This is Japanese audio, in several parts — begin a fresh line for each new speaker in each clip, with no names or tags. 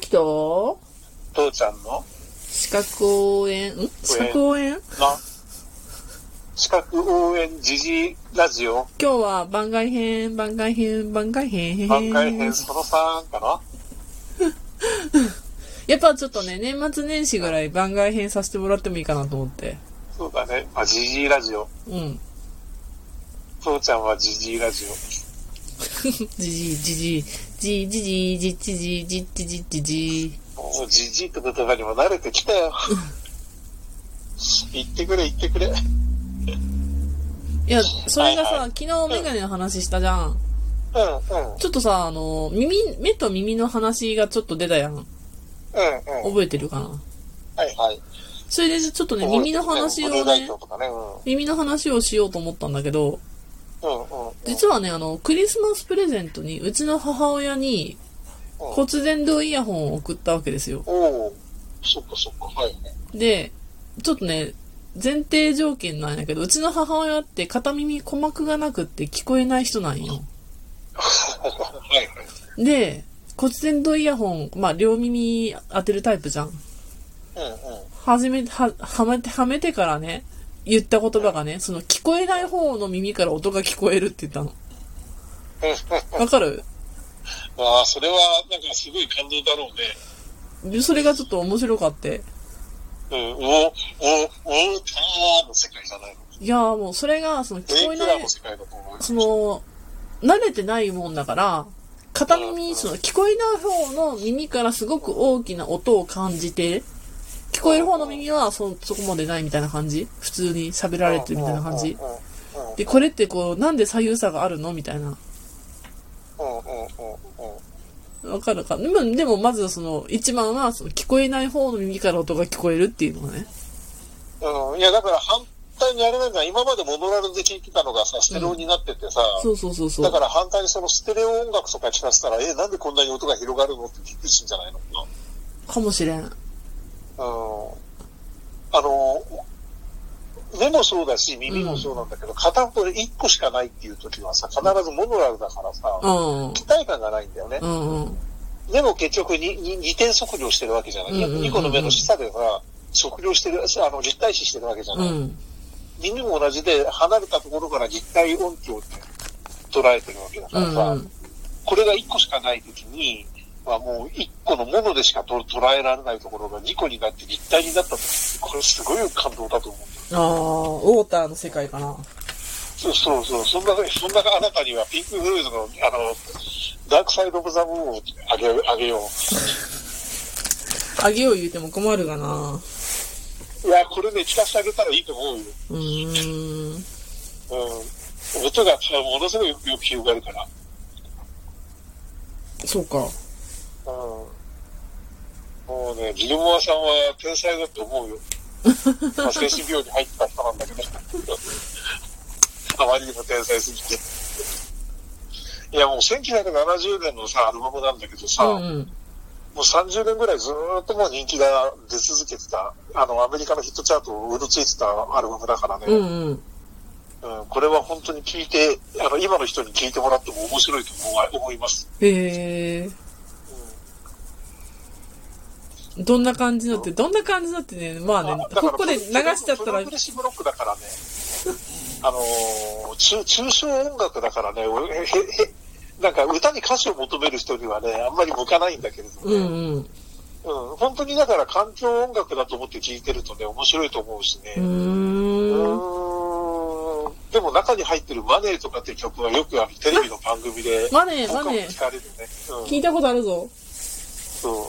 人
父ちゃんの
資格応援ん資格応援
な資格応援時事ラジオ
今日は番外編、番外編、番外編、へ
番外編その3かな
やっぱちょっとね、年末年始ぐらい番外編させてもらってもいいかなと思って。
そうだね。あ、ジジイラジオ。
うん。
父ちゃんはジジイラジオ。
じじじじじじじじじじじじじじじ
もうジジイって言葉にも慣れてき たよ。言ってくれ、言ってくれ。う
いや、それがさ、
はいはい
昨日メガネの話したじゃん。
ん、うん、
ちょっとさ、あの、耳、目と耳の話がちょっと出たやん。
うん、うん。
覚えてるかな
はい、はい。
それでちょっとね、耳の話
ブル
を
ーライ
ね
ト、とかね。う
耳の話をしようと思ったんだけど、
ん、うん、うん。
実はね、あの、クリスマスプレゼントに、うちの母親に
うん
骨伝導イヤホンを送ったわけですよ。
おお、そっかそっか、はい。
で、ちょっとね、前提条件なんやけど、うちの母親って片耳鼓膜がなくって聞こえない人なんよ。
はいはい。
で、骨伝導イヤホン、まあ、両耳当てるタイプじゃん。
うんうん。
はじめ、は、はめて、はめてからね、言った言葉がね、その聞こえない方の耳から音が聞こえるって言ったの。わかる
ああ、それは、なんかすごい感動だろう
でそれがちょっと面白かって。
ね。うん、おお、おお、たーの世界じゃないの。
いやーもうそれが、その聞
レイ
こえ
ク
な
ラ
い
の、世界だと思う。
その、慣れてないもんだから、片耳、その聞こえない方の耳からすごく大きな音を感じて、聞こえる方の耳はそ、そこまでないみたいな感じ普通に喋られてるみたいな感じ
うんうん
で、これってこう、なんで左右差があるのみたいな。
うんうんうんうんうん。
わかるか。でも、でもまずその、一番は、その、聞こえない方の耳から音が聞こえるっていうのがね。
うん、いや、だから反対にあれなんだ、今までモノラルで聞いてたのがさ、ステレオになっててさ、
そうそうそうそ
だ
う
か。ら反対にそのステレオ音楽とか聞かせたら、え、なんでこんなに音が広がるのってびっくりするんじゃないのかな。
かもしれん。
あの、目もそうだし、耳もそうなんだけど、片方で1個しかないっていう時はさ、必ずモノラルだからさ、
うん。
期待感がないんだよね
う。んうん。
でも結局にに二点測量してるわけじゃない。
うんうんうんうん
2個の目の下では、測量してる、あの、立体視してるわけじゃ
う
ない。
ん。
耳も同じで、離れたところから立体音響って捉えてるわけだか
う
らさ、
ん。
これが1個しかない時に、まあ、もう1個のものでしかと捉えられないところが2個になって立体になった時ってこれすごい感動だと思うんだよ。
あー、ウォーターの世界かな。
そうそうそう、そんな、そんなあなたにはピンクフルーズの、あの、ダークサイド・オブ・ザ・ムーンをあげ、あげよ
あげよう言うても困るがな。
う。いや、これね、聞かせてあげたらいいと思うよ。
うーん。
うん。音がものすごいよく広がるから。
そうか。
うん。もうね、ギルモアさんは天才だと思うよ。まあ、精神病院に入った人なんだけど。あまりにも天才すぎて。いや、もう1970年のさ、アルバムなんだけどさ、
うんうん。
もう30年ぐらいずーっともう人気が出続けてた、あの、アメリカのヒットチャートをうろついてたアルバムだからね、
う
うん
んうん。
これは本当に聞いて、あの、今の人に聞いてもらっても面白いと思わ思います。
へえ。どんな感じのって、どんな感じのってね、まあね、ここで流しちゃった
プロ
ら
グ、レッシブロックだからね、 あのー、中、中小音楽だからね、俺へ、へ、なんか歌に歌詞を求める人にはね、あんまり向かないんだけれども、
う
ね
んうん。う
うん本当にだから環境音楽だと思って聞いてるとね、面白いと思うしね、う
ーん。、
ーんでも中に入ってるマネーとかって曲はよくあのテレビの番組で
マネー、
僕
マ
も
ネー
聞。かれるね。うん
聞いたことあるぞ。
そう。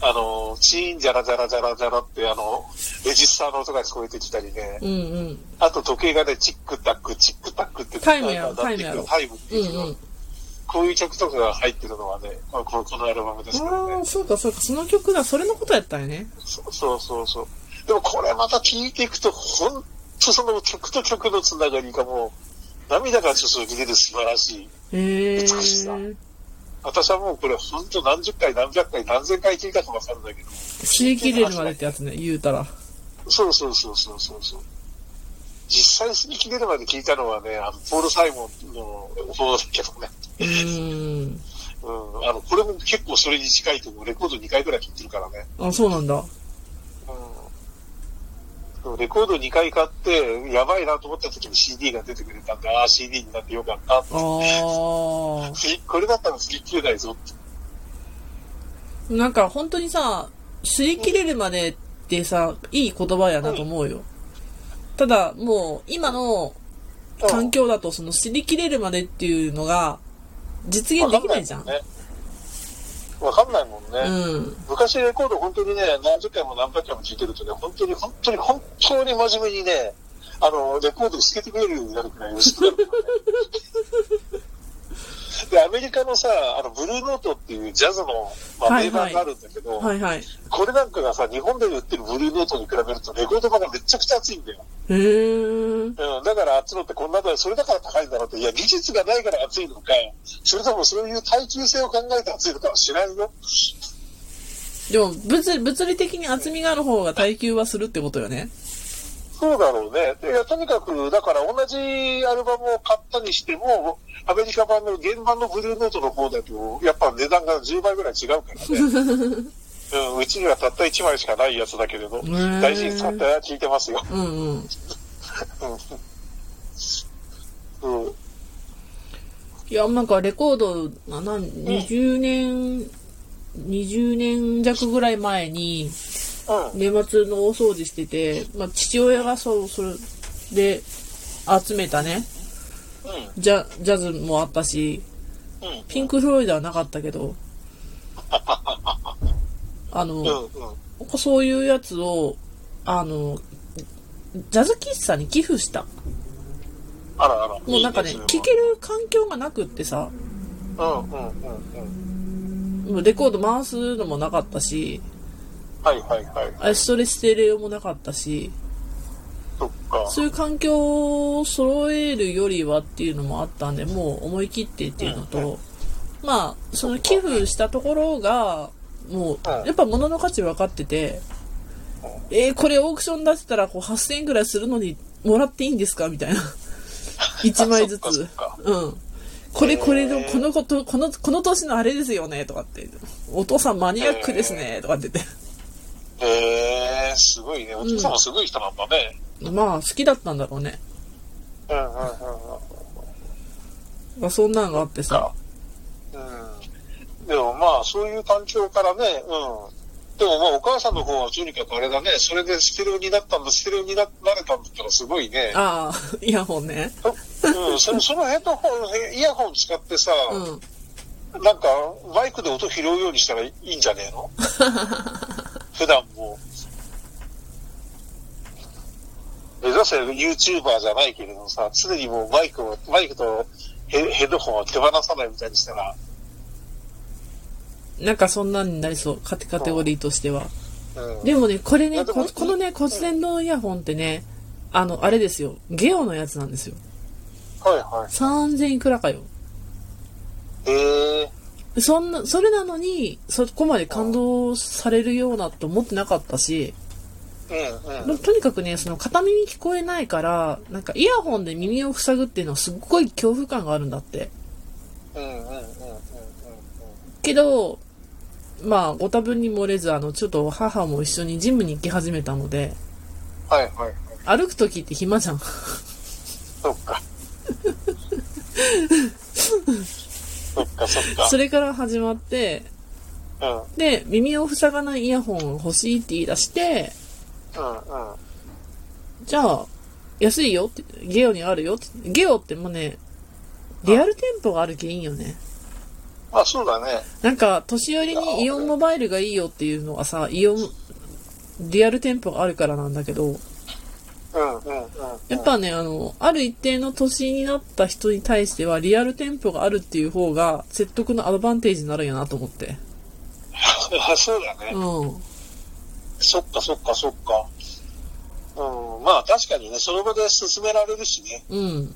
あの、チーンじゃらじゃらじゃらじゃらって、あの、レジスターの音が聞こえてきたりね。
うんうん。
あと時計がね、チックタック、チックタックって
タイムやろ
なって
タイ
いく
ムやろ
タイムって
う
い
ん
うのは
うん。
こういう曲とかが入ってるのはね、まあこのこのアルバムですけど
あ
ね
あ、。そうかそうか、その曲だ、それのことやったんやね。
そうそうそうそう。でもこれまた聴いていくと、ほんとその曲と曲のつながりがもう、涙がちょっと出る素晴らしい。
へえ。
美しさ私はもうこれ本当何十回何百回何千回聞いたかわかるんだけど。
吸い切れるまでってやつね、言うたら。
そうそうそうそうそうそう。実際に切れるまで聞いたのはね、あの、ポール・サイモンの方だけどね。
うーん。
うん、あの、これも結構それに近いと思う。レコード2回くらい切ってるからね。
あ、そうなんだ。
うん。レコード2回買って、やばいなと思った時に CD が出てくれたんで、ああ、CD になってよかったって。
ああ。
次これだったら次切れないぞって。
なんか本当にさ、擦り切れるまでってさ、いい言葉やなと思うよ。ただ、もう今の環境だと、その擦り切れるまでっていうのが、実現できないじゃん。
わかんないもんね。わかんないもん
う
ね。
ん。
昔レコード本当にね、何十回も何百回も聴いてるとね、本当に本当に本当に真面目にね、あの、レコード透けて見えるようになるくらい薄くなるからね。で、アメリカのさ、あの、ブルーノートっていうジャズの、まあ、
はい
名
はい
盤があるんだけど、
はいはい。
これなんかがさ、日本で売ってるブルーノートに比べるとレコード版がめちゃくちゃ熱いんだよ。
へー。
うん、だからあっちのってこんなだそれだから高いんだろうって、いや、技術がないから熱いのか、それともそういう耐久性を考えて熱いのかは知らんよ。
でも、物物理的に厚みがある方が耐久はするってことよね。
そうだろうね。いや、とにかく、だから同じアルバムを買ったにしても、アメリカ版の原版のブルーノートの方だと、やっぱ値段が10倍ぐらい違うからね。 うん、うちにはたった1枚しかないやつだけれど、
ー
大事に使ったら聞いてますよ。
うんうん。
うん。うん。
いや、なんかレコード、な、な、20年、20年弱ぐらい前に、年末の大掃除してて、まあ、父親がそう、それで集めたね、
う
ジャジャズもあったし、
ん。うん。
ピンク・フロイドはなかったけ ど、あ
う
の、
ん。うん。
そういうやつを、あの、ジャズ喫茶に寄付した。
あらあら。
もうなんかね、
いい
聴ける環境がなくってさ、
それはうんうんうんうん。
もうレコード回すのもなかったし、
はいはいはい。
あれストレステレオもなかったし、
そっか。
そういう環境を揃えるよりはっていうのもあったんで、もう思い切ってっていうのと、まあ、その寄付したところが、もう、
うん
やっぱ物の価値分かってて、えーこれオークション出したらこう8000円くらいするのにもらっていいんですかみ たいな。1枚ず
あそっ
つ
か。
うん。これこれの、
へー
このこと、この、この年のあれですよねとかって。お父さんマニアックですねとかって言っ
へえー、すごいね。お父さんもすごい人なんだね。
て。まあ、好きだったんだろうね。
うんうんうんうん。
まあそんなのがあってさ。
うんでもまあ、そういう環境からね、うん。でもまあ、お母さんの方はとにかくあれだね、それでステレオになったんだ、ステレオにななれたんだったらすごいね。
ああ、イヤホンね。
うん、そのそのヘッドホン、へイヤホン使ってさ、
うん。
なんか、マイクで音拾うようにしたらいいんじゃね えの普段も。目指せ YouTuber じゃないけれどさ、常にもうマイクを、マイクとヘヘッドホンは手放さないみたいにしたら、
なんかそんなんになりそう。カテカテゴリーとしては。
うん。
でもね、これ
い
ね、
やでも
ここのね、骨伝導イヤホンってね、あの、あれですよ。ゲオのやつなんですよ。
はいは
3000いくらかよ。
い。へえ
そんな、それなのに、そこまで感動されるようなと思ってなかったし、
うんうん。
とにかくね、その片耳聞こえないから、なんかイヤホンで耳を塞ぐっていうのはすっごい恐怖感があるんだって。
うんうんうんうんうん
けど、まあ、ご多分に漏れず、あの、ちょっと母も一緒にジムに行き始めたので、
はいはいはい。
歩く時って暇じゃん。
そっか。そっかそっか。
それから始まって、
うん
で、耳を塞がないイヤホン欲しいって言い出して、
うんうん。
じゃあ、安いよって、ゲオにあるよって。ゲオってもうね、リアル店舗があるけいいよね。
まあそうだね。
なんか、年寄りにイオンモバイルがいいよっていうのはさ、イオン、リアル店舗があるからなんだけど、
うんうんうん。
やっぱね、あの、ある一定の年になった人に対しては、リアル店舗があるっていう方が、説得のアドバンテージになるよなと思って。
あそうだね。
うん。
そっかそっかそっか。うん、まあ確かにね、その場で進められるしね、
うん。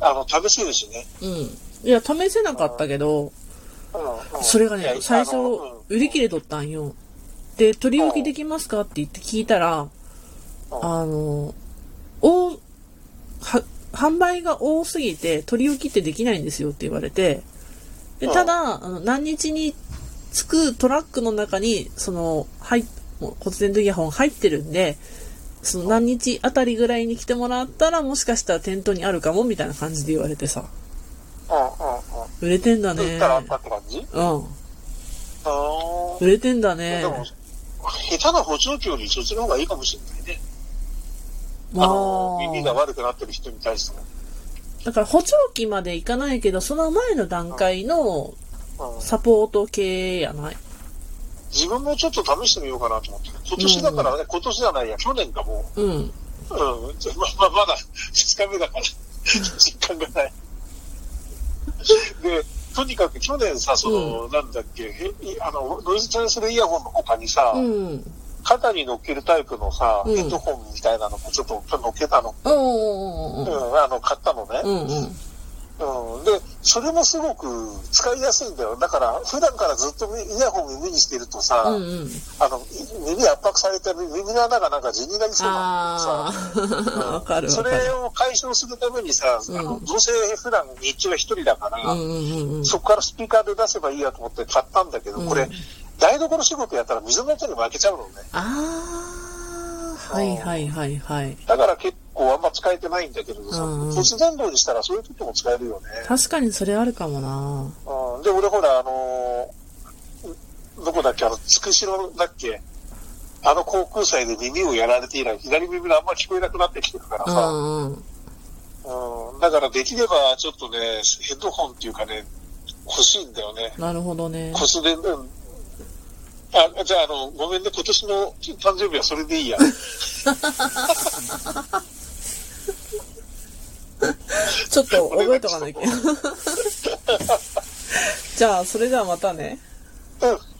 あの、試せるしね。
うん。いや、試せなかったけど、
うんうん、
それが
いや
ね、最初
あの、
売り切れとったんよ。で、取り置きできますかって言って聞いたら、あの、お、は、販売が多すぎて、取り置きってできないんですよって言われて、で、ただ、あの、何日に着くトラックの中に、その、はい、もう骨伝導イヤホン入ってるんで、その何日あたりぐらいに来てもらったら、もしかしたら店頭にあるかも、みたいな感じで言われてさ。
う
売れてんだ
んうんう
ね
ん。で、行った。らあったって感じ
うん。
ああ。
売れてんだね
で。も、下手な補聴器よりそっちの方がいいかもしれないね。
ま
あの、耳が
あ。
悪くなってる人に対しても。
だから補聴器までいかないけど、その前の段階の
うん
サポート系やない。
自分もちょっと試してみようかなと思って。今年だからね、今年じゃないや、去年かも
うん。
う。うん、まままだ2日目 だから、実感がない。で、とにかく去年さ、その、なんだっけ、へいあの、ノイズキャンセルイヤホンの他にさ、
うん。
肩に乗っけるタイプのさ、
うん
ヘッドホンみたいなのもちょっと乗っけたの、
うんうんうん
う
うん
ん、あの、買ったのね。
うんうん。
うん、で、それもすごく使いやすいんだよ。だから、普段からずっとイヤホン耳にしてるとさ、
うんうん。
あの、い耳圧迫されて耳の穴がなんか地になりそうな
あ
んだ
あ
けどさ、
ー、わかる
そ
わか
れ
る。
を解消するためにさ、
うん
あのどうせ普段日中は一人だから、
うんうんうんうん。
そこからスピーカーで出せばいいやと思って買ったんだけど、こ
う
れ
ん、
台所仕事やったら水の音に負けちゃうのね。
ああ、はいはいはいはい。
だから結構あんま使えてないんだけどさ、
うん
骨伝導にしたらそういう時も使えるよね。
確かにそれあるかもな。
うん、で、俺ほら、あのーどこだっけ、あの、つくしろだっけ、あの航空祭で耳をやられて以来、左耳があんま聞こえなくなってきてるから
う
さ、
んうん。
うん、だからできればちょっとね、ヘッドホンっていうかね、欲しいんだよね。
なるほどね。
骨伝うんあ、じゃあ、あの、ごめんね、今年の誕生日はそれでいいや。う
ちょっと覚え とかなきゃ。じゃあ、それではまたね。
ん